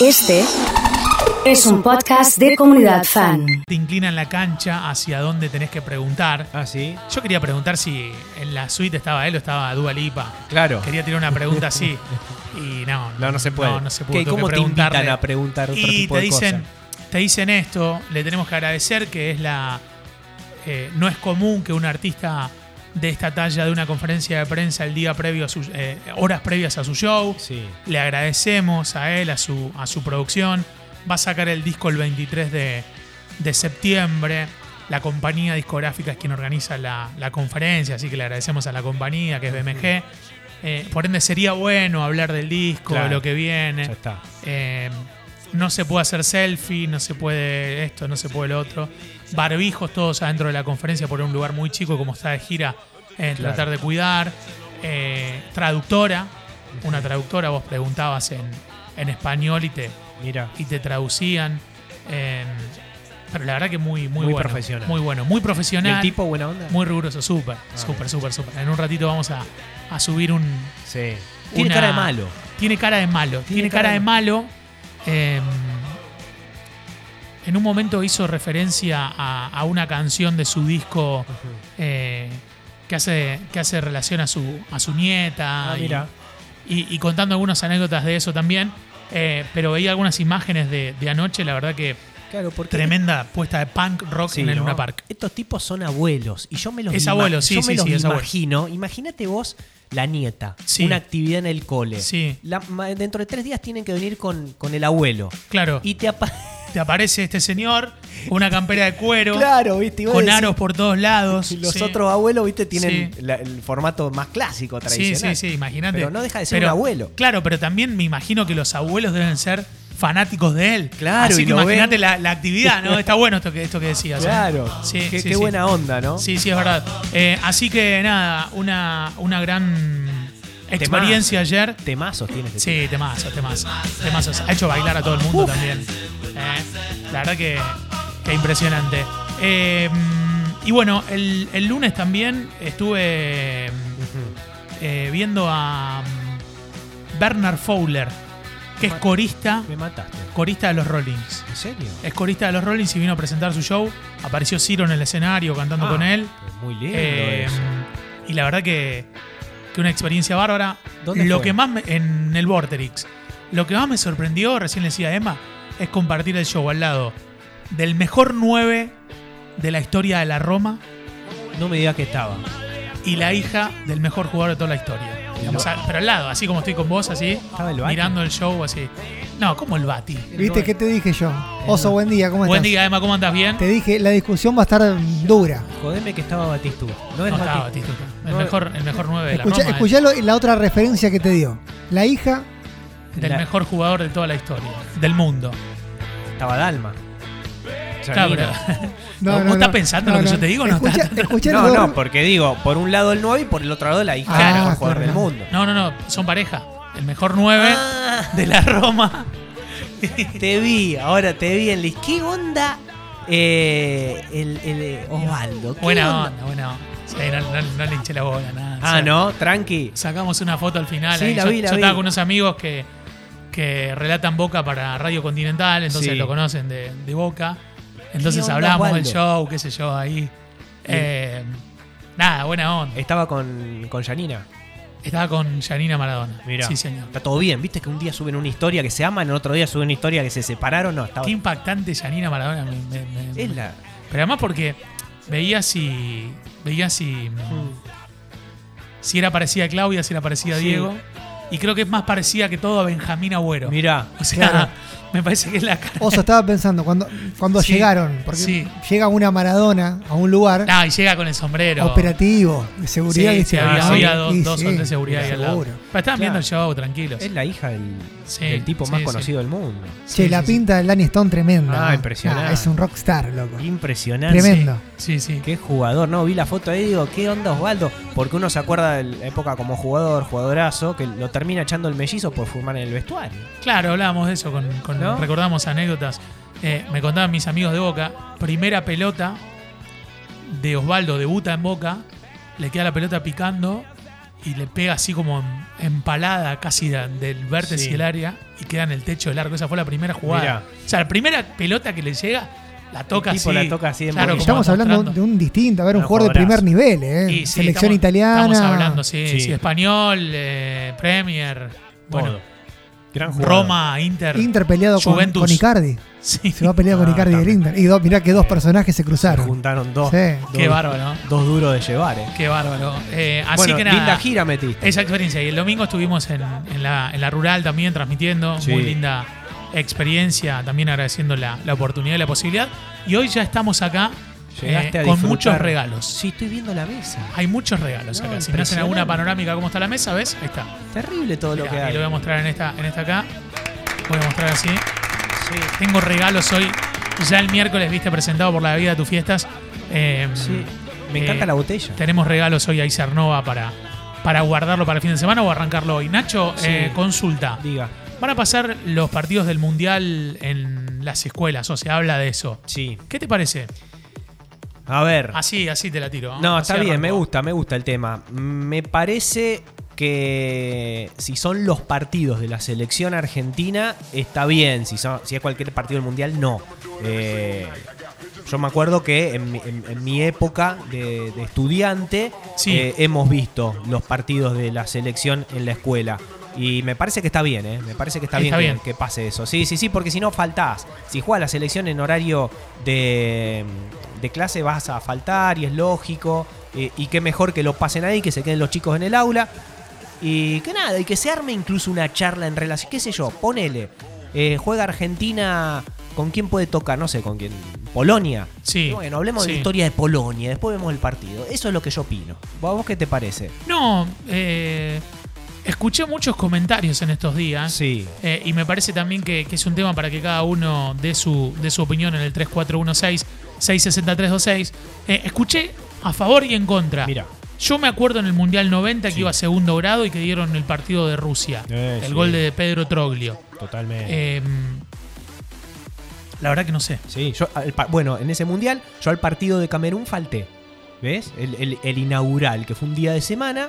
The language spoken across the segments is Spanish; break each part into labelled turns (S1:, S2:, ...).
S1: Este es un podcast de comunidad fan.
S2: te inclinan la cancha hacia dónde tenés que preguntar.
S3: Ah, sí.
S2: Yo quería preguntar si en la suite estaba él o estaba Dua Lipa.
S3: Claro.
S2: Quería tirar una pregunta así. Y no.
S3: No, no se puede.
S2: No, no se pudo. Tuve
S3: ¿Qué-
S2: que
S3: ¿Cómo te
S2: preguntarle.
S3: invitan a preguntar otro
S2: y
S3: tipo
S2: te
S3: de
S2: dicen,
S3: cosas?
S2: te dicen esto, le tenemos que agradecer que es la... eh, no es común que un artista de esta talla de una conferencia de prensa el día previo a sus horas previas a su show.
S3: Sí.
S2: Le agradecemos a él, a su, a su producción. Va a sacar el disco el 23 de, de septiembre. La compañía discográfica es quien organiza la, la conferencia, así que le agradecemos a la compañía, que es BMG. Eh, por ende, sería bueno hablar del disco,
S3: Claro.
S2: de lo que viene.
S3: Ya está.
S2: Eh, no se puede hacer selfie, no se puede esto, no se puede lo otro. Barbijos todos adentro de la conferencia por un lugar muy chico como está de gira, eh, tratar de cuidar. Eh, traductora, una traductora, vos preguntabas en, en español y te,
S3: Mira.
S2: y te traducían. Eh, pero la verdad que muy, muy,
S3: Muy
S2: bueno.
S3: profesional.
S2: Muy bueno, muy profesional.
S3: ¿El tipo Ah, buena onda?
S2: Muy riguroso, súper, súper, súper, súper. En un ratito vamos a, a subir un,
S3: Sí. Tiene
S2: una-
S3: cara de malo.
S2: Tiene cara de malo. Tiene, cara, de malo. Eh, en un momento hizo referencia a, a una canción de su disco eh, que, hace, que hace relación a su, a su nieta.
S3: Ah,
S2: y-
S3: mira.
S2: y, y contando algunas anécdotas de eso también. Eh, pero veía algunas imágenes de, de anoche, la verdad que
S3: Claro, porque.
S2: tremenda puesta de punk rock
S3: Sí,
S2: en el
S3: ¿no?
S2: Luna Park.
S3: Estos tipos son abuelos y yo me los
S2: Es
S3: ima-
S2: abuelo, sí,
S3: yo
S2: sí,
S3: me los
S2: sí, es abuelo.
S3: imagino. Imagínate vos la nieta,
S2: Sí.
S3: una actividad en el cole.
S2: Sí.
S3: La- ma- dentro de tres días tienen que venir con, con el abuelo.
S2: Claro,
S3: Y te apa-
S2: te aparece este señor, una campera de cuero,
S3: Claro, viste, y vos
S2: con
S3: decís,
S2: aros por todos lados.
S3: Y Los
S2: sí.
S3: otros abuelos, viste, tienen
S2: Sí.
S3: la- el formato más clásico,
S2: Sí,
S3: tradicional.
S2: sí, sí, imagínate.
S3: Pero no deja de ser
S2: Pero,
S3: un abuelo.
S2: Claro, pero también me imagino que los abuelos deben ser fanáticos de él.
S3: Claro,
S2: Así
S3: y
S2: que
S3: lo ven.
S2: imagínate la, la actividad, ¿no? Está bueno esto que, esto que decías. ¿eh?
S3: Claro.
S2: Sí,
S3: qué
S2: sí, sí.
S3: qué buena onda, ¿no?
S2: Sí, sí, es verdad. Eh, así que nada, una, una gran experiencia ayer.
S3: Temazos tiene este
S2: Sí, temazos, temazos, temazos. Ha hecho bailar a todo el mundo también. Eh, la verdad que, que impresionante. Eh, y bueno, el, el lunes también estuve
S3: Mm.
S2: eh, viendo a mm, Bernard Fowler, que es corista,
S3: tipo. Me mataste.
S2: corista de los Rollings.
S3: ¿En serio?
S2: Es corista de los Rollings y vino a presentar su show. Apareció Ciro en el escenario cantando
S3: Ah,
S2: con él.
S3: pero Muy lindo
S2: Eh,
S3: eso.
S2: y la verdad que, que una experiencia bárbara.
S3: ¿Dónde
S2: lo
S3: fue?
S2: que más me- en el Vorterix. Lo que más me sorprendió, recién le decía a Emma, es compartir el show al lado del mejor 9 de la historia de la Roma
S3: No me digas que estaba.
S2: y la hija del mejor jugador de toda la historia.
S3: Mirá.
S2: O sea, pero al lado, así como estoy con vos, así,
S3: Estaba el Bati.
S2: mirando el show, así. No, como el Bati.
S4: ¿Viste qué te dije yo? Oso, buen día, ¿cómo
S2: Eh, Buen
S4: estás?
S2: día, Emma, ¿cómo andás? ¿Bien?
S4: Te dije, la discusión va a estar dura.
S3: Jodeme que estaba Batistú. No es
S2: No, estaba
S3: Batistú.
S2: Batistuta. El,
S3: No,
S2: mejor, el mejor 9 de la
S4: Escucha,
S2: Roma. eh.
S4: escuchalo y la otra referencia que te dio. La hija,
S2: Del
S3: La-
S2: mejor jugador de toda la historia. Del mundo.
S3: Estaba Dalma.
S2: Cabra.
S3: Yanina.
S4: No,
S2: ¿Vos
S4: no,
S2: estás
S4: no.
S2: pensando
S4: No,
S2: lo que
S4: no.
S2: yo te digo? No,
S4: Escucha-
S2: estás-
S4: escucha
S3: No,
S4: los
S3: no,
S4: dos-
S3: porque digo, por un lado el 9 y por el otro lado la hija del
S4: Ah,
S3: mejor jugador del
S4: claro.
S3: mundo.
S2: no, eh. no, no, son pareja. El mejor 9
S3: Ah,
S2: de la Roma.
S3: te vi, ahora te vi en Liz. ¿Qué onda? Eh, el, el, eh, Osvaldo. ¿Qué
S2: Buena
S3: onda?
S2: onda, buena onda. Sí, no, no- no le hinché la bola, nada. O
S3: Ah,
S2: sea,
S3: no, tranqui.
S2: Sacamos una foto al final.
S3: Sí,
S2: ahí.
S3: la
S2: yo
S3: vi, la
S2: yo
S3: vi.
S2: estaba con unos amigos que, que relatan Boca para Radio Continental, entonces
S3: Sí.
S2: lo conocen de, de Boca. Entonces
S3: onda,
S2: hablamos del
S3: Waldo?
S2: show, qué sé yo, ahí. Eh, nada, buena onda.
S3: Estaba con, con Janina.
S2: Estaba con Janina Maradona.
S3: Mirá.
S2: Sí, señor.
S3: Está todo bien, viste que un día suben una historia que se aman, el otro día suben una historia que se separaron, no, estaba.
S2: Qué impactante Janina Maradona. me- me- me-
S3: Es la.
S2: Pero además porque veía si. Veía si. Si era parecida a Claudia, si era parecida a
S3: Mm. Sí.
S2: Diego. Y creo que es más parecida que todo a Benjamín Agüero.
S3: Mirá,
S2: O sea,
S4: Claro.
S2: me parece que es la cara.
S4: Oso, estaba pensando, cuando, cuando
S2: Sí,
S4: llegaron, porque
S2: sí.
S4: llega una Maradona a un lugar
S2: Ah, y llega con el sombrero.
S4: operativo de seguridad.
S2: Sí,
S4: que
S2: sí, había,
S3: Ah,
S2: había
S3: sí.
S2: dos,
S4: Y
S2: dos
S4: sí,
S2: o tres seguridad ahí al lado.
S4: seguro.
S2: Pero estaban viendo el show, tranquilos.
S3: es la hija del,
S2: Sí,
S3: del tipo
S2: sí,
S3: más
S2: sí.
S3: conocido del mundo.
S4: Che,
S2: Sí,
S4: la
S2: sí, sí.
S4: pinta del Danny Stone tremenda.
S3: Ah,
S4: ¿no?
S3: impresionante.
S4: Ah, es un rockstar, loco.
S3: Impresionante.
S4: Tremendo.
S2: Sí, sí.
S3: Qué jugador, no, vi la foto ahí y digo, ¿qué onda Osvaldo? Porque uno se acuerda de la época como jugador, jugadorazo, que lo termina echando el mellizo por fumar en el vestuario.
S2: Claro, hablábamos de eso, con, con-
S3: ¿No?
S2: recordamos anécdotas. Eh, me contaban mis amigos de Boca, primera pelota de Osvaldo, debuta en Boca, le queda la pelota picando y le pega así como en- empalada casi da- del vértice
S3: Sí.
S2: y el área y queda en el techo del arco. Esa fue la primera jugada.
S3: Mirá.
S2: O sea, la primera pelota que le llega, la toca
S3: El tipo
S2: así.
S3: la toca así de
S2: Claro,
S3: movimiento.
S2: como
S4: Estamos hablando
S2: mostrando.
S4: de un distinto, a ver, un
S3: Un
S4: jugador de primer
S3: jugadorazo.
S4: nivel, ¿eh?
S2: Y sí,
S4: Selección
S2: estamos-
S4: italiana.
S2: Estamos hablando, sí,
S3: Sí.
S2: sí, español, eh, Premier, bueno,
S3: Todo. Gran jugador.
S2: Roma, Inter.
S4: Inter peleado con,
S2: Juventus.
S4: con Icardi.
S2: Sí.
S4: Se va a pelear con
S3: Ah,
S4: Icardi del
S3: también.
S4: Inter. Y dos, mirá que dos personajes se cruzaron.
S3: Juntaron dos.
S4: Sí.
S3: dos-
S2: Qué bárbaro, ¿no?
S3: Dos duros de llevar, eh.
S2: Qué bárbaro. Eh, así
S3: bueno,
S2: que nada.
S3: linda gira metiste.
S2: Esa experiencia. Y el domingo estuvimos en, en la, en la rural también transmitiendo.
S3: Sí.
S2: Muy linda experiencia. También agradeciendo la, la oportunidad y la posibilidad. Y hoy ya estamos acá
S3: Llegaste
S2: eh,
S3: a
S2: con
S3: disfrutar.
S2: muchos regalos.
S3: Sí, estoy viendo la mesa.
S2: Hay muchos regalos
S3: No,
S2: acá. Si me hacen alguna
S3: impresionante.
S2: panorámica, cómo está la mesa, ¿ves? Ahí está.
S3: Terrible todo lo
S2: Mirá,
S3: que
S2: y
S3: hay.
S2: lo voy a mostrar en esta, en esta acá. Voy a mostrar así.
S3: Sí.
S2: Tengo regalos hoy. Ya el miércoles, viste, presentado por la bebida de tus fiestas. Eh,
S3: Sí. Me
S2: eh,
S3: encanta la botella.
S2: Tenemos regalos hoy a Isernova para, para guardarlo para el fin de semana o arrancarlo hoy. Nacho,
S3: Sí.
S2: eh, consulta.
S3: Diga.
S2: Van a pasar los partidos del Mundial en las escuelas, o se habla de eso.
S3: Sí.
S2: ¿Qué te parece?
S3: A ver.
S2: Así, así te la tiro. ¿eh?
S3: No,
S2: Así
S3: está bien,
S2: arranco.
S3: me gusta, me gusta el tema. Me parece que si son los partidos de la selección argentina, está bien. Si, son- si es cualquier partido del mundial, no. Eh, yo me acuerdo que en, mi- en- en mi época de, de estudiante
S2: Sí.
S3: eh, hemos visto los partidos de la selección en la escuela. Y me parece que está bien, ¿eh? Me parece que está,
S2: Está
S3: bien,
S2: bien.
S3: Que, que pase eso. Sí, sí, sí, porque si no faltás. Si juega la selección en horario de, de clase vas a faltar y es lógico. Eh, y qué mejor que lo pasen ahí, que se queden los chicos en el aula. Y que nada, y que se arme incluso una charla en relación, qué sé yo, ponele. eh, juega Argentina, ¿con quién puede tocar? No sé, ¿con quién? Polonia.
S2: Sí.
S3: Bueno, hablemos de
S2: Sí.
S3: la historia de Polonia, después vemos el partido. Eso es lo que yo opino. ¿Vos vos qué te parece?
S2: No, eh, escuché muchos comentarios en estos días.
S3: Sí.
S2: Eh, y me parece también que, que es un tema para que cada uno dé su, dé su opinión en el 3416-660-326. Eh, escuché a favor y en contra.
S3: Mira.
S2: Yo me acuerdo en el Mundial 90 que
S3: Sí.
S2: iba a segundo grado y que dieron el partido de Rusia.
S3: Eh,
S2: el
S3: sí.
S2: gol de Pedro Troglio.
S3: Totalmente.
S2: Eh, la verdad que no sé.
S3: Sí, yo al pa- bueno, en ese mundial yo al partido de Camerún falté. ¿Ves? El, el- el inaugural, que fue un día de semana,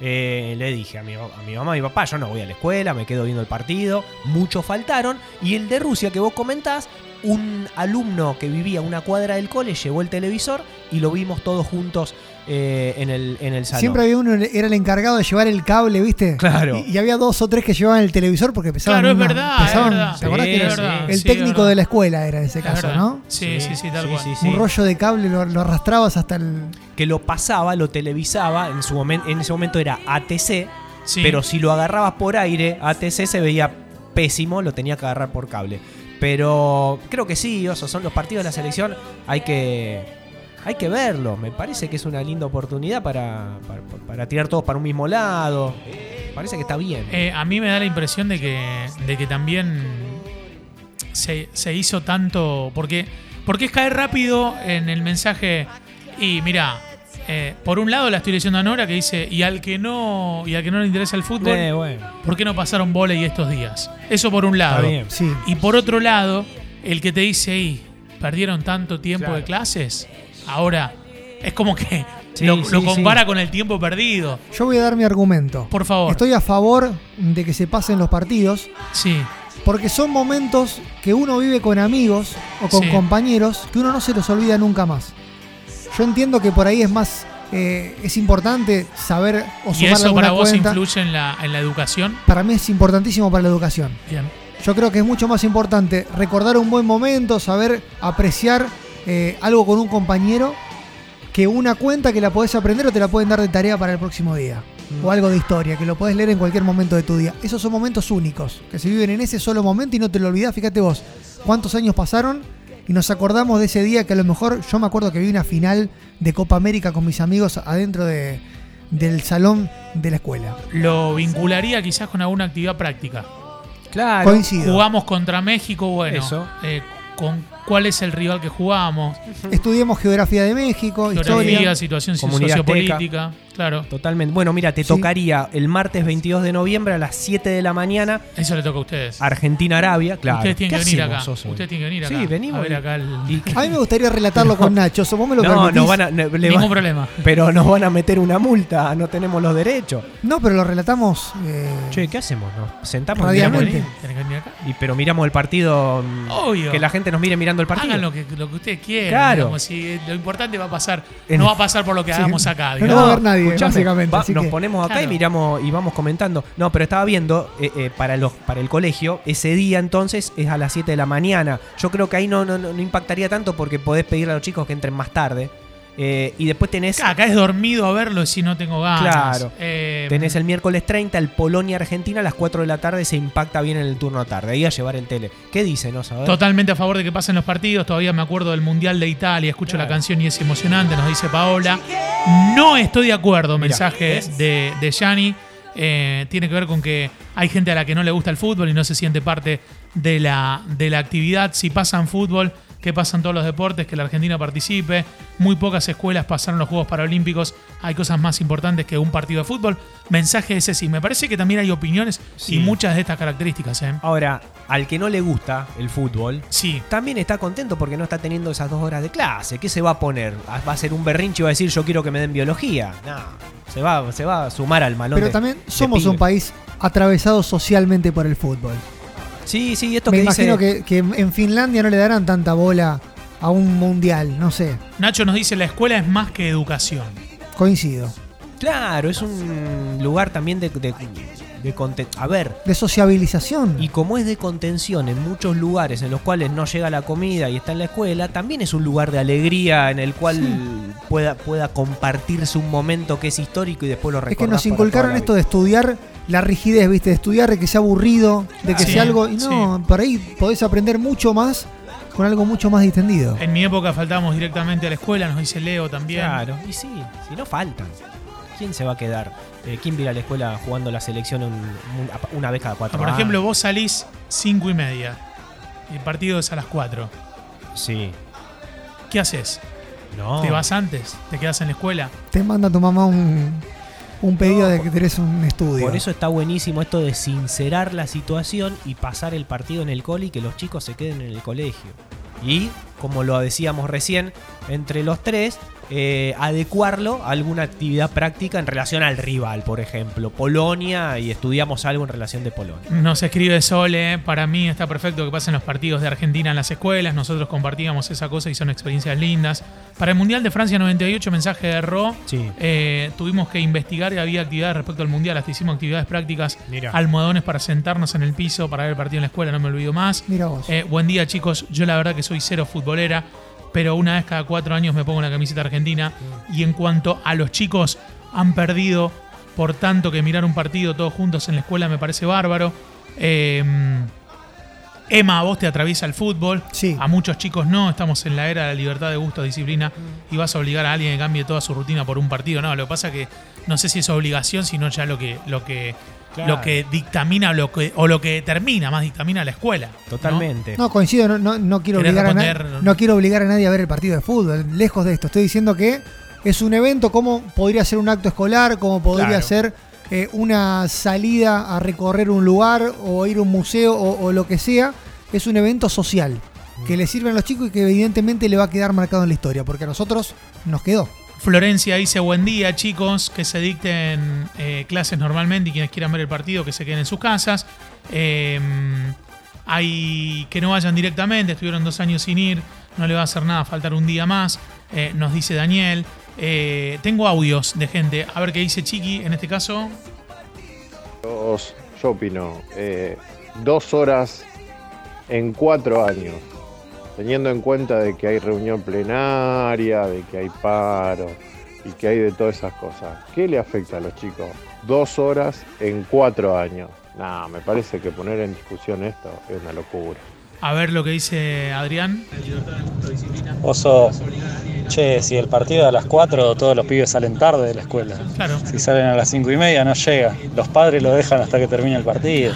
S3: eh, le dije a mi, a mi mamá y mi papá, yo no voy a la escuela, me quedo viendo el partido, muchos faltaron, y el de Rusia que vos comentás, un alumno que vivía a una cuadra del cole llevó el televisor y lo vimos todos juntos eh, en, el, en el salón.
S4: Siempre había uno, era el encargado de llevar el cable, ¿viste?
S3: Claro.
S4: Y, y había dos o tres que llevaban el televisor porque pesaban.
S2: Claro, es
S4: una-
S2: verdad,
S4: pesaban-
S2: es verdad.
S4: ¿Te acordás
S3: Sí,
S4: que era
S3: es verdad,
S4: el
S2: sí, es
S4: técnico
S2: verdad.
S4: de la escuela era en ese caso,
S2: La verdad.
S4: ¿no?
S2: Sí, sí, sí, tal cual.
S3: sí,
S4: Un rollo de cable lo, lo arrastrabas hasta el.
S3: que lo pasaba, lo televisaba, en, su momen- en ese momento era ATC,
S2: Sí.
S3: pero si lo agarrabas por aire, ATC se veía pésimo, lo tenía que agarrar por cable. Pero creo que sí, Oso, son los partidos de la selección, hay que, hay que verlo, me parece que es una linda oportunidad para, para, para tirar todos para un mismo lado, parece que está bien.
S2: Eh, a mí me da la impresión de que, de que también se, se hizo tanto. Porque, porque es caer rápido en el mensaje. Y mira, eh, por un lado la estoy leyendo a Nora que dice: y al que no, y al que no le interesa el fútbol,
S3: Eh, bueno,
S2: ¿por qué no pasaron volei estos días? Eso por un lado.
S3: está bien.
S4: Sí.
S2: Y por otro lado, el que te dice, y perdieron tanto tiempo
S3: Claro.
S2: de clases, ahora es como que
S3: Sí,
S2: lo,
S3: sí,
S2: lo
S3: sí.
S2: compara con el tiempo perdido.
S4: Yo voy a dar mi argumento.
S2: Por favor.
S4: Estoy a favor de que se pasen los partidos
S2: Sí,
S4: porque son momentos que uno vive con amigos o con
S2: Sí.
S4: compañeros que uno no se los olvida nunca más. Yo entiendo que por ahí es más. eh, es importante saber o
S2: y
S4: sumar
S2: eso
S4: alguna
S2: para vos
S4: cuenta.
S2: influye en la, en la educación.
S4: Para mí es importantísimo para la educación.
S2: Bien.
S4: Yo creo que es mucho más importante recordar un buen momento, saber apreciar eh, algo con un compañero, que una cuenta que la podés aprender o te la pueden dar de tarea para el próximo día. O algo de historia, que lo podés leer en cualquier momento de tu día. Esos son momentos únicos, que se viven en ese solo momento y no te lo olvidás. Fíjate vos, cuántos años pasaron y nos acordamos de ese día que a lo mejor yo me acuerdo que vi una final de Copa América con mis amigos adentro de- del salón de la escuela.
S2: Lo vincularía quizás con alguna actividad práctica.
S3: Claro.
S4: Coincido.
S2: Jugamos contra México, bueno.
S3: Eso.
S2: eh, con cuál es el rival que jugábamos,
S4: Estudiemos geografía de México,
S2: geografía,
S4: historia.
S2: situación
S3: Comunidad
S2: sociopolítica. Claro,
S3: Totalmente. Bueno, mira, te
S4: Sí.
S3: tocaría el martes 22 de noviembre a las 7 de la mañana,
S2: eso le toca a ustedes.
S3: Argentina-Arabia. Ah, Claro.
S2: Ustedes tienen
S3: ¿Qué
S2: que venir
S3: hacemos,
S2: acá.
S3: Soso?
S2: Ustedes tienen que venir acá.
S3: Sí, venimos.
S2: A ver acá el...
S3: Y-
S4: A mí me gustaría relatarlo con Nacho. ¿so ¿Vos me lo
S3: no,
S4: permitís?
S3: nos van a, ne- le
S2: Ningún
S3: van-
S2: problema.
S3: pero nos van a meter una multa, no tenemos los derechos.
S4: No, pero lo relatamos. eh,
S3: Che, ¿qué hacemos? Nos sentamos y
S2: ¿Tienen que
S3: miramos,
S2: venir?
S4: Radialmente.
S2: ¿Tienen que venir acá?
S3: y- pero miramos el partido. mm,
S2: Obvio.
S3: Que la gente nos mire mirando el partido.
S2: Hagan lo que, lo que ustedes quieran.
S3: Claro.
S2: digamos, si lo importante va a pasar.
S3: En-
S2: No va a pasar por lo que hagamos acá.
S4: No,
S2: digamos.
S4: no va a haber nadie,
S3: escuchame,
S4: básicamente.
S3: va-
S4: así
S3: nos
S4: que-
S3: ponemos acá y
S2: Claro.
S3: miramos y vamos comentando. No, pero estaba viendo eh, eh, para los para el colegio, ese día entonces es a las 7 de la mañana. Yo creo que ahí no, no, no- no impactaría tanto porque podés pedirle a los chicos que entren más tarde. Eh, y después tenés,
S2: Acá, acá es dormido a verlo si no tengo ganas.
S3: Claro.
S2: Eh,
S3: tenés el miércoles 30, el Polonia-Argentina a las 4 de la tarde se impacta bien en el turno tarde. Ahí a llevar el tele. ¿Qué dice? No sabés.
S2: Totalmente a favor de que pasen los partidos. Todavía me acuerdo del Mundial de Italia. Escucho
S3: Claro.
S2: la canción y es emocionante, nos dice Paola. No estoy de acuerdo.
S3: Mirá.
S2: Mensaje de, de Gianni. Eh, tiene que ver con que hay gente a la que no le gusta el fútbol y no se siente parte de la, de la actividad. Si pasan fútbol, que pasan todos los deportes, que la Argentina participe. Muy pocas escuelas pasaron los Juegos Paralímpicos. Hay cosas más importantes que un partido de fútbol. Mensaje ese sí. Me parece que también hay opiniones
S3: Sí.
S2: y muchas de estas características. ¿eh?
S3: Ahora, al que no le gusta el fútbol,
S2: Sí.
S3: también está contento porque no está teniendo esas dos horas de clase. ¿Qué se va a poner? Ah, ¿Va a ser un berrinche y va a decir yo quiero que me den biología? No, se va, se va a sumar al malón.
S4: Pero
S3: de-
S4: también
S3: de
S4: somos un
S3: pibe.
S4: país atravesado socialmente por el fútbol.
S3: Sí, sí, esto
S4: Me
S3: que
S4: imagino
S3: dice...
S4: que, que en Finlandia no le darán tanta bola a un mundial, no sé.
S2: Nacho nos dice, la escuela es más que educación.
S4: Coincido.
S3: Claro, es un lugar también de... de, de conte- a ver,
S4: De sociabilización.
S3: y como es de contención en muchos lugares en los cuales no llega la comida y está en la escuela, también es un lugar de alegría en el cual pueda, pueda compartirse un momento que es histórico y después lo
S4: es que
S3: recordás
S4: nos
S3: para toda
S4: inculcaron
S3: la
S4: esto
S3: vida.
S4: de estudiar la rigidez, ¿viste? De estudiar, de que sea aburrido, de que
S2: Sí,
S4: sea algo. Y no, por ahí podés aprender mucho más con algo mucho más distendido.
S3: Eh.
S2: En mi época faltábamos directamente a la escuela, nos dice Leo también.
S3: Claro, y sí, si no faltan. ¿Quién se va a quedar? Eh, ¿Quién va a ir a la escuela jugando la selección un- un- una vez cada cuatro
S2: Ah, Por
S3: años?
S2: ejemplo, vos salís 5 y media y el partido es a las 4.
S3: Sí.
S2: ¿Qué haces?
S3: No.
S2: ¿Te vas antes? ¿Te quedas en la escuela?
S4: Te manda tu mamá un, un pedido de que tenés un estudio.
S3: Por eso está buenísimo esto de sincerar la situación y pasar el partido en el cole y que los chicos se queden en el colegio. Y, como lo decíamos recién, entre los tres, eh, adecuarlo a alguna actividad práctica en relación al rival, por ejemplo, Polonia, y estudiamos algo en relación de Polonia.
S2: Nos escribe Sole, para mí está perfecto que pasen los partidos de Argentina en las escuelas, nosotros compartíamos esa cosa y son experiencias lindas. Para el Mundial de Francia 98, mensaje de Ro,
S3: Sí.
S2: eh, tuvimos que investigar y había actividades respecto al Mundial, hasta hicimos actividades prácticas,
S3: Mirá.
S2: almohadones para sentarnos en el piso, para ver el partido en la escuela, no me olvido más.
S4: Mira vos.
S2: Eh, buen día chicos, yo la verdad que soy cero futbolera, pero una vez cada cuatro años me pongo la camiseta argentina y en cuanto a los chicos han perdido, por tanto que mirar un partido todos juntos en la escuela me parece bárbaro. Eh, Emma, a vos te atraviesa el fútbol,
S4: Sí.
S2: a muchos chicos no, estamos en la era de la libertad de gusto, disciplina
S4: Mm.
S2: y vas a obligar a alguien que cambie toda su rutina por un partido, no, lo que pasa que no sé si es obligación, sino ya lo que... Lo que
S3: Claro.
S2: Lo que dictamina o lo que, o lo que determina, más dictamina la escuela. ¿no?
S3: Totalmente.
S4: No, coincido, no, no, no quiero
S2: ¿Querés
S4: obligar a na-
S2: responder?
S4: no quiero obligar a nadie a ver el partido de fútbol, lejos de esto. Estoy diciendo que es un evento como podría ser un acto escolar, como podría
S3: Claro.
S4: ser eh, una salida a recorrer un lugar o ir a un museo o, o lo que sea. Es un evento social que le sirve a los chicos y que evidentemente le va a quedar marcado en la historia, porque a nosotros nos quedó.
S2: Florencia dice buen día chicos, que se dicten eh, clases normalmente y quienes quieran ver el partido que se queden en sus casas. Eh, hay que no vayan directamente, estuvieron dos años sin ir, no le va a hacer nada faltar un día más, eh, nos dice Daniel. Eh, tengo audios de gente, a ver qué dice Chiqui en este caso.
S5: Dos, yo opino, eh, dos horas en cuatro años, teniendo en cuenta de que hay reunión plenaria, de que hay paro y que hay de todas esas cosas. ¿Qué le afecta a los chicos? Dos horas en cuatro años. Nah, me parece que poner en discusión esto es una locura.
S2: A ver lo que dice Adrián.
S6: Oso, che, si el partido es a las 4, todos los pibes salen tarde de la escuela.
S2: Claro.
S6: Si salen a las 5 y media, no llega. Los padres lo dejan hasta que termine el partido.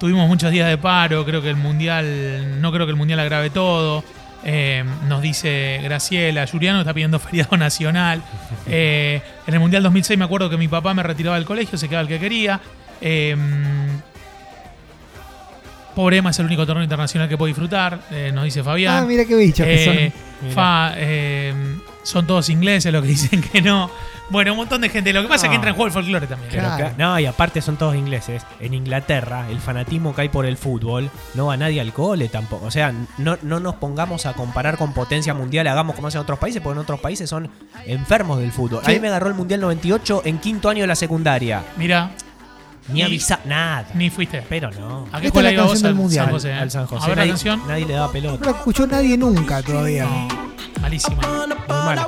S2: tuvimos muchos días de paro, creo que el mundial, no creo que el mundial agrave todo. Eh, nos dice Graciela, Yuriano está pidiendo feriado nacional. Eh, en el mundial 2006 me acuerdo que mi papá me retiraba del colegio, se quedaba el que quería. Eh, Pobre Emma es el único torneo internacional que puedo disfrutar, eh, nos dice Fabián.
S4: Ah, mira qué bichos que
S2: Eh,
S4: son.
S2: fa, eh, son todos ingleses los que dicen que no. Bueno, un montón de gente. Lo que pasa es que entra en juego el folclore también.
S4: Ah. Claro.
S3: Pero que- no, y aparte son todos ingleses. En Inglaterra, el fanatismo que hay por el fútbol no va nadie al cole tampoco. O sea, no, no nos pongamos a comparar con potencia mundial, hagamos como hacen otros países, porque en otros países son enfermos del fútbol.
S4: Sí.
S3: A mí me agarró el mundial 98 en quinto año de la secundaria.
S2: Mira,
S3: Ni
S2: Ni-
S3: avisa nada.
S2: ni fuiste.
S3: Pero no.
S2: ¿A
S4: Esta
S2: qué
S4: es
S2: escuela
S4: la
S2: iba vos
S4: canción del
S2: al
S4: Mundial,
S2: San José? ¿eh?
S3: Al San José.
S2: A ver la
S3: nadie,
S2: canción.
S3: nadie le da
S4: No
S3: pelota.
S4: la escuchó nadie nunca todavía.
S2: No, malísima.
S3: Muy mala.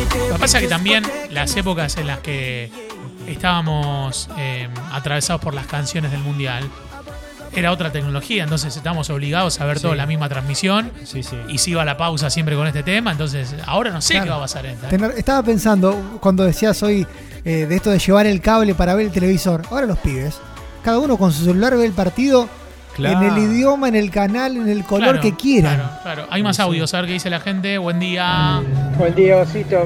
S2: Lo que pasa es que también las épocas en las que estábamos eh, atravesados por las canciones del Mundial era otra tecnología, entonces estábamos obligados a ver toda la misma transmisión
S3: Sí, sí.
S2: y se iba a la pausa siempre con este tema, entonces ahora no sé
S4: Claro.
S2: qué va a pasar. en esta.
S4: Tener- estaba pensando cuando decías hoy eh, de esto de llevar el cable para ver el televisor. Ahora los pibes, cada uno con su celular ve el partido
S3: Claro.
S4: en el idioma, en el canal, en el color
S2: Claro,
S4: que quieran.
S2: Claro, claro. Hay más audios, a ver qué dice la gente. Buen día.
S7: Buen día, Osito.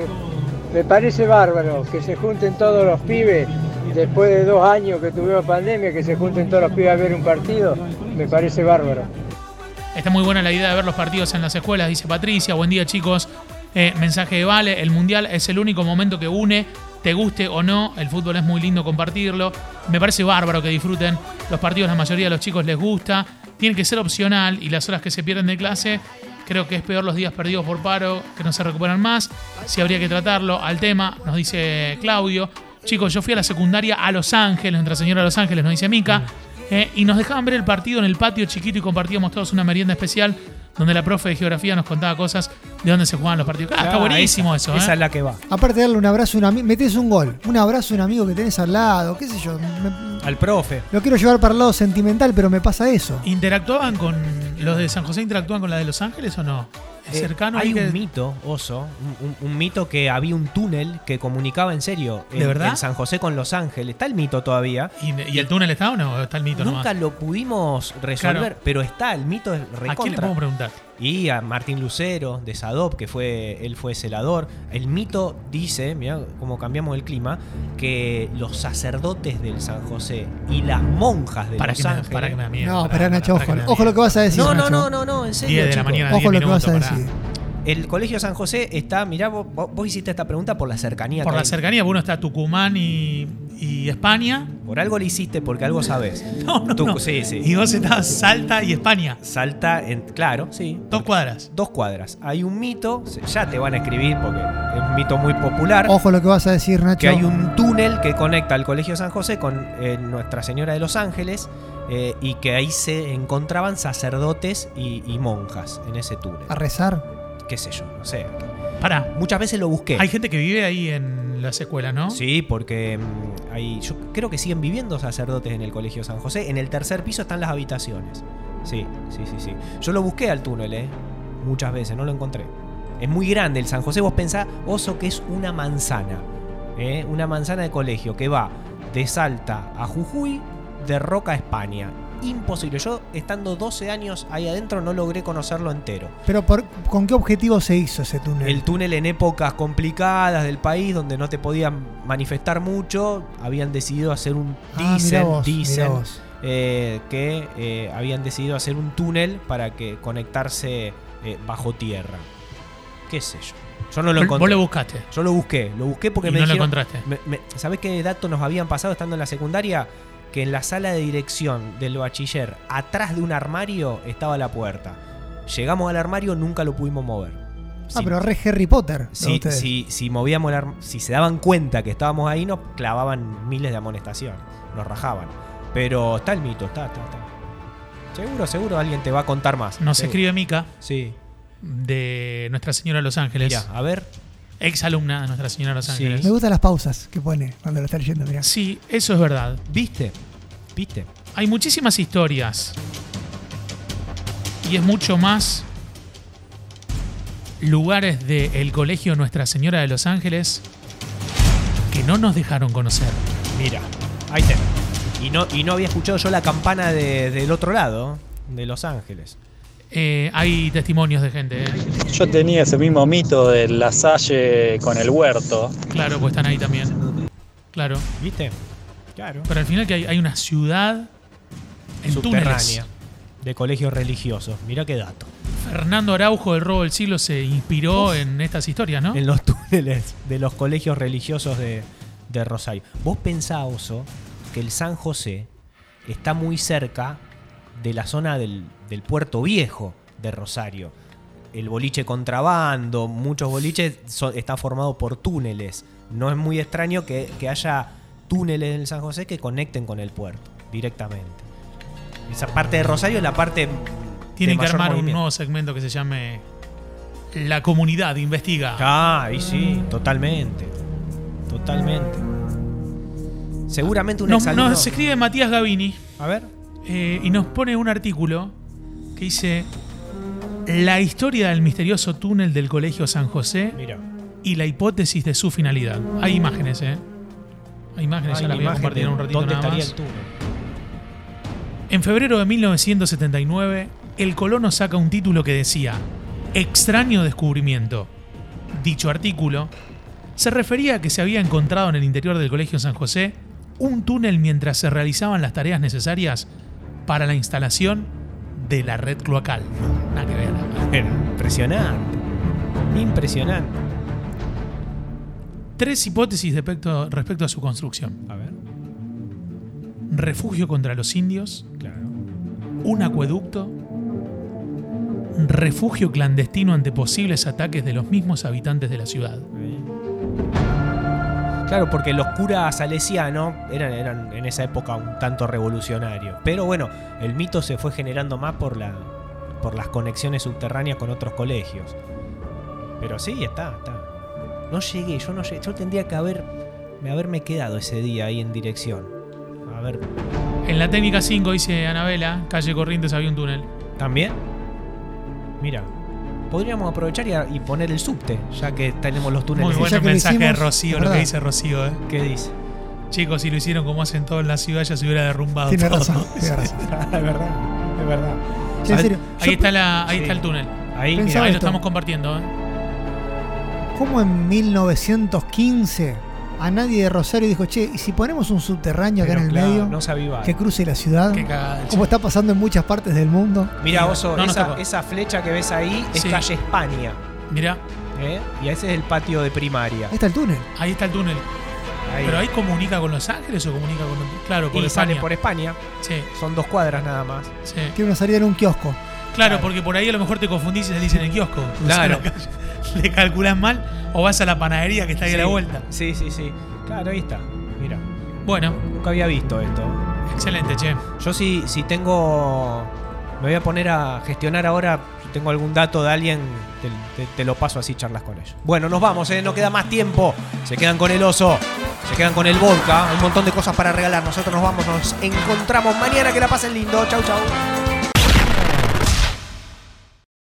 S7: Me parece bárbaro que se junten todos los pibes después de dos años que tuvimos pandemia, que se junten todos los pibes a ver un partido. Me parece bárbaro.
S2: Está muy buena la idea de ver los partidos en las escuelas, dice Patricia. Buen día, chicos. Eh, mensaje de Vale, el Mundial es el único momento que une, te guste o no, el fútbol es muy lindo compartirlo. Me parece bárbaro que disfruten los partidos, la mayoría de los chicos les gusta. Tiene que ser opcional y las horas que se pierden de clase, creo que es peor los días perdidos por paro, que no se recuperan más. Si habría que tratarlo al tema, nos dice Claudio. Chicos, yo fui a la secundaria a Los Ángeles, nuestra señora de Los Ángeles, nos dice Mica. Eh, y nos dejaban ver el partido en el patio chiquito y compartíamos todos una merienda especial donde la profe de geografía nos contaba cosas de dónde se jugaban los partidos. Ah, está
S3: Ah,
S2: buenísimo
S3: esa-
S2: eso,
S3: Esa
S2: ¿eh?
S3: es la que va.
S4: Aparte de darle un abrazo a un amigo, metes un gol, un abrazo a un amigo que tenés al lado, qué sé yo. me-
S3: Al profe.
S4: lo quiero llevar para el lado sentimental, pero me pasa eso.
S2: ¿Interactuaban con los de San José? ¿Interactúan con la de Los Ángeles o no? ¿Es
S3: Eh,
S2: cercano?
S3: hay
S2: ahí que-
S3: un mito, oso, un, un- un mito que había un túnel que comunicaba en serio
S2: ¿De
S3: en-
S2: verdad?
S3: en San José con Los Ángeles. Está el mito todavía.
S2: ¿Y, y el túnel está o no? Está el mito
S3: Nunca
S2: nomás.
S3: lo pudimos resolver,
S2: Claro.
S3: pero está, el mito es
S2: ¿A quién le
S3: recontra.
S2: podemos preguntar?
S3: Y a Martín Lucero, de Sadop, que fue, él fue celador. El mito dice, mira cómo cambiamos el clima, que los sacerdotes del San José y las monjas de
S2: Para
S3: Los
S2: que, me,
S3: Ángeles.
S2: para que me da miedo.
S4: no,
S2: para-
S4: pará,
S2: para-
S4: Nacho,
S2: para que
S4: ojo.
S2: me da
S4: Ojo lo que
S2: miedo.
S4: vas a decir.
S3: no, no,
S4: Nacho.
S3: no, no, no, en este serio.
S2: 10 de la
S3: chicos.
S2: mañana,
S4: Ojo
S2: 10
S4: lo que vas a
S2: minutos, pará.
S4: decir.
S3: El colegio San José está, mirá, vos, vos- vos hiciste esta pregunta por la cercanía.
S2: Por
S3: que
S2: la
S3: hay.
S2: cercanía, porque uno está Tucumán y, y España.
S3: Por algo lo hiciste, porque algo sabes.
S2: No, no,
S3: Tú-
S2: no.
S3: Sí, sí.
S2: Y vos estás Salta y España.
S3: Salta, en, claro, sí.
S2: Dos cuadras.
S3: Dos cuadras. Hay un mito, se- ya te van a escribir porque es un mito muy popular,
S4: Ojo lo que vas a decir, Nacho.
S3: que hay un túnel que conecta el Colegio San José con eh, Nuestra Señora de los Ángeles eh, y que ahí se encontraban sacerdotes y, y monjas en ese túnel.
S4: A rezar.
S3: Qué sé yo, no sé.
S2: Pará.
S3: Muchas veces lo busqué.
S2: Hay gente que vive ahí en las escuelas, ¿no?
S3: Sí, porque mm, hay, yo creo que siguen viviendo sacerdotes en el Colegio San José. En el tercer piso están las habitaciones. Sí, sí, sí, sí. Yo lo busqué al túnel, ¿eh? Muchas veces, no lo encontré. Es muy grande el San José. Vos pensás, oso, que es una manzana. ¿eh? Una manzana de colegio que va de Salta a Jujuy, de Roca a España. Imposible. Yo, estando 12 años ahí adentro, no logré conocerlo entero.
S4: Pero por- ¿con qué objetivo se hizo ese túnel?
S3: El túnel en épocas complicadas del país donde no te podían manifestar mucho, habían decidido hacer un
S4: Ah,
S3: dicen,
S4: mirá vos,
S3: dicen,
S4: mirá vos.
S3: eh, que eh, habían decidido hacer un túnel para que conectarse eh, bajo tierra. Qué sé yo. Yo no lo
S2: Vos-
S3: encontré.
S2: Vos lo buscaste.
S3: yo lo busqué, lo busqué porque
S2: y
S3: me
S2: no lo
S3: dijeron-
S2: encontraste.
S3: me- me- ¿Sabés qué dato nos habían pasado estando en la secundaria? Que en la sala de dirección del bachiller, atrás de un armario, estaba la puerta. Llegamos al armario, nunca lo pudimos mover.
S4: Ah,
S3: Sí.
S4: pero re Harry Potter. ¿no?
S3: Si,
S4: Ustedes.
S3: si, si movíamos el arm- si se daban cuenta que estábamos ahí, nos clavaban miles de amonestaciones, nos rajaban. Pero está el mito, está, está, está. Seguro, seguro alguien te va a contar más.
S2: Nos
S3: Seguro.
S2: escribe Mica
S3: Sí.
S2: de Nuestra Señora de Los Ángeles.
S3: Mirá, a ver.
S2: Ex alumna de Nuestra Señora de Los
S3: Sí.
S2: Ángeles.
S4: Me gustan las pausas que pone cuando lo está leyendo, mirá.
S2: Sí, eso es verdad.
S3: ¿Viste? ¿Viste?
S2: Hay muchísimas historias. Y es mucho más lugares del colegio Nuestra Señora de Los Ángeles que no nos dejaron conocer.
S3: Mira. Ahí tenés. Y Y no, y no había escuchado yo la campana de- del otro lado, de Los Ángeles.
S2: Eh, hay testimonios de gente, eh.
S6: Yo tenía ese mismo mito de la Salle con el huerto.
S2: Claro, pues están ahí también. Claro.
S3: ¿Viste? Claro.
S2: Pero al final que hay, hay una ciudad en túneles.
S3: Subterránea. De colegios religiosos. Mirá qué dato.
S2: Fernando Araujo del Robo del Siglo se inspiró en estas historias, ¿no?
S3: En los túneles de los colegios religiosos de, de Rosario. Vos pensá, Oso, que el San José está muy cerca de la zona del, del puerto viejo de Rosario. El boliche contrabando, muchos boliches so- está formado por túneles. No es muy extraño que, que haya túneles en el San José que conecten con el puerto directamente. Esa parte de Rosario es la parte.
S2: Tienen
S3: de
S2: que
S3: mayor
S2: armar un
S3: movimiento.
S2: nuevo segmento que se llame La comunidad investiga.
S3: Ah, ahí sí, totalmente. Totalmente. Seguramente un
S2: Nos,
S3: exalumno.
S2: nos escribe Matías Gavini
S3: A ver.
S2: eh, y nos pone un artículo que dice La historia del misterioso túnel del Colegio San José
S3: Mira.
S2: y la hipótesis de su finalidad. Hay imágenes, ¿eh? Hay imágenes, ya
S3: Hay
S2: las voy a
S3: imagen
S2: compartir
S3: de
S2: en un ratito
S3: ¿Dónde
S2: nada
S3: estaría
S2: más.
S3: el túnel?
S2: En febrero de 1979, el colono saca un título que decía Extraño descubrimiento. Dicho artículo se refería a que se había encontrado en el interior del Colegio San José un túnel mientras se realizaban las tareas necesarias para la instalación de la red cloacal. Nada que ver.
S3: Era impresionante. Impresionante.
S2: Tres hipótesis de pecto- respecto a su construcción.
S3: A ver.
S2: Refugio contra los indios,
S3: Claro.
S2: un acueducto, refugio clandestino ante posibles ataques de los mismos habitantes de la ciudad.
S3: Claro, porque los curas salesianos eran, eran en esa época un tanto revolucionarios. Pero bueno, el mito se fue generando más por, la, por las conexiones subterráneas con otros colegios. Pero sí, está, está. No llegué, yo no llegué. Yo tendría que haber, haberme quedado ese día ahí en dirección. A ver,
S2: En la técnica 5, dice Anabela, calle Corrientes había un túnel.
S3: ¿también? Mira, podríamos aprovechar y, a- y poner el subte, ya que tenemos los túneles.
S2: Muy
S4: ya
S2: buen
S4: que lo
S2: mensaje de
S4: hicimos,
S2: Rocío,
S4: es
S2: lo que
S4: verdad.
S2: dice Rocío. eh.
S3: ¿Qué dice?
S2: Chicos, si lo hicieron como hacen todos en la ciudad, ya se hubiera derrumbado
S4: Tiene
S2: todo.
S4: razón, tiene razón.
S3: es verdad, es verdad.
S4: Sí, en serio,
S2: Ahí,
S4: yo
S2: está, la, ahí
S3: Sí.
S2: está el túnel.
S3: Ahí, mira,
S4: Pensaba
S2: Ahí lo
S4: esto. Ah,
S2: estamos compartiendo. eh.
S4: ¿Cómo en 1915 a nadie de Rosario dijo, che, y si ponemos un subterráneo acá
S3: Pero
S4: en el
S3: claro,
S4: medio
S3: No se avivaron.
S4: que cruce la ciudad?
S2: Qué cagada. che.
S4: Como está pasando en muchas partes del mundo.
S3: Mira, Oso,
S2: No, no
S3: esa,
S2: tocó.
S3: esa flecha que ves ahí es
S2: Sí.
S3: calle España.
S2: Mirá,
S3: ¿eh? Y ese es el patio de primaria.
S4: Ahí está el túnel.
S2: ahí está el túnel.
S3: Ahí.
S2: ¿Pero ahí comunica con Los Ángeles o comunica con... Claro, por
S3: y sale
S2: España.
S3: por España.
S2: Sí,
S3: Son dos cuadras nada más.
S2: sí.
S4: Tiene una salida en un kiosco.
S2: Claro,
S3: Claro.
S2: porque por ahí a lo mejor te confundís y salís en el kiosco. Cruzás
S3: Claro.
S2: la calle, Le calculás mal o vas a la panadería que está ahí a la
S3: Sí.
S2: vuelta.
S3: Sí, sí, sí. Claro, ahí está. Mira,
S2: Bueno,
S3: nunca había visto esto.
S2: excelente, che.
S3: Yo si, si tengo... Me voy a poner a gestionar ahora. Si tengo algún dato de alguien, te, te- te lo paso así, charlas con ellos. Bueno, nos vamos, ¿eh? no queda más tiempo. Se quedan con el oso, se quedan con el volca. Un montón de cosas para regalar. Nosotros nos vamos, nos encontramos mañana. Que la pasen lindo. Chau, chau.